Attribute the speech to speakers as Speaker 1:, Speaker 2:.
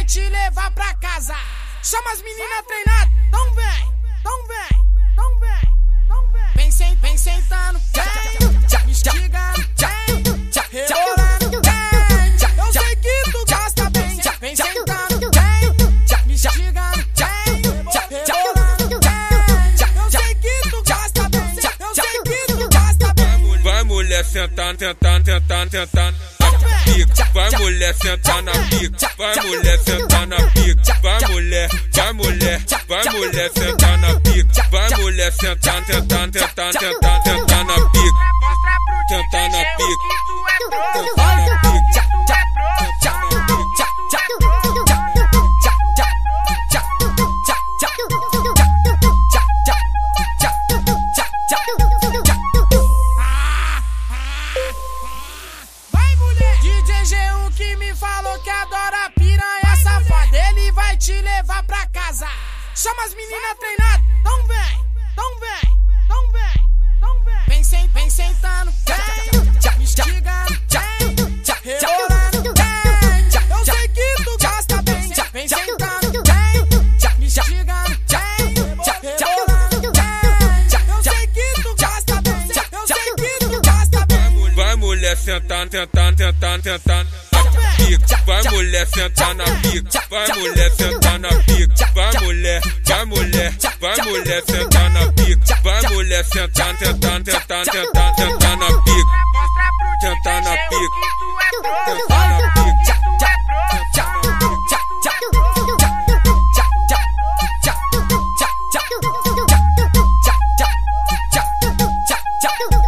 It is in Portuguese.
Speaker 1: um te levar pra casa. Chama as meninas treinadas. Então vem, então vem, então vem, então vem. Vem, sen, vem sentando, vem, me instigando, vem, rebolando, vem. Eu sei que tu gosta, vem, sen- vem sentando, vem, me instigando, vem, rebolando, vem. Eu sei que tu gosta, vem, sen- eu sei que tu gosta, vem.
Speaker 2: Vai mulher sentar, sentar, sentar, sentar na pica. Vai mulher sentar na pica. Vai mulher sentar na pica. Vai mulher, vai mulher, vai mulher sentar na pica. Vai mulher sentar, sentar, sentar, sentar, sentar na pica.
Speaker 3: Mostra pro DJ
Speaker 2: Sentar na
Speaker 3: o que
Speaker 2: pica.
Speaker 3: tu é pro.
Speaker 2: Sentar na pica. Sentar na pica.
Speaker 1: Vai, mulher! DJ G1 que me falou que adora piranha safada. Ele vai te levar pra casa. Chama as meninas treinadas. Então vem, então vem, então vem, então vem. Vem, sen, vem sentando, vem, me instigando, vem, rebolando, vem. Eu sei que tu gosta, vem, vem sentando, vem, me instigando, vem, rebolando, vem. Eu sei que tu gosta, vem, eu sei que tu gosta, vem.
Speaker 2: Vai mulher sentar, sentar, sentar, sentar na pica. Vai mulher sentar na pica. Vai mulher sentar na pica. Vai mulher, vai mulher, vai mulher sentar na pica. Vai mulher sentar, sentar, sentar, sentar, sentar na pica.
Speaker 3: Mostra pro DJ
Speaker 2: Sentar na
Speaker 3: o que
Speaker 2: pica.
Speaker 3: tu é pro.
Speaker 2: Sentar na pica.
Speaker 3: Tu é pro.
Speaker 2: Sentar na pica.
Speaker 4: Tchau.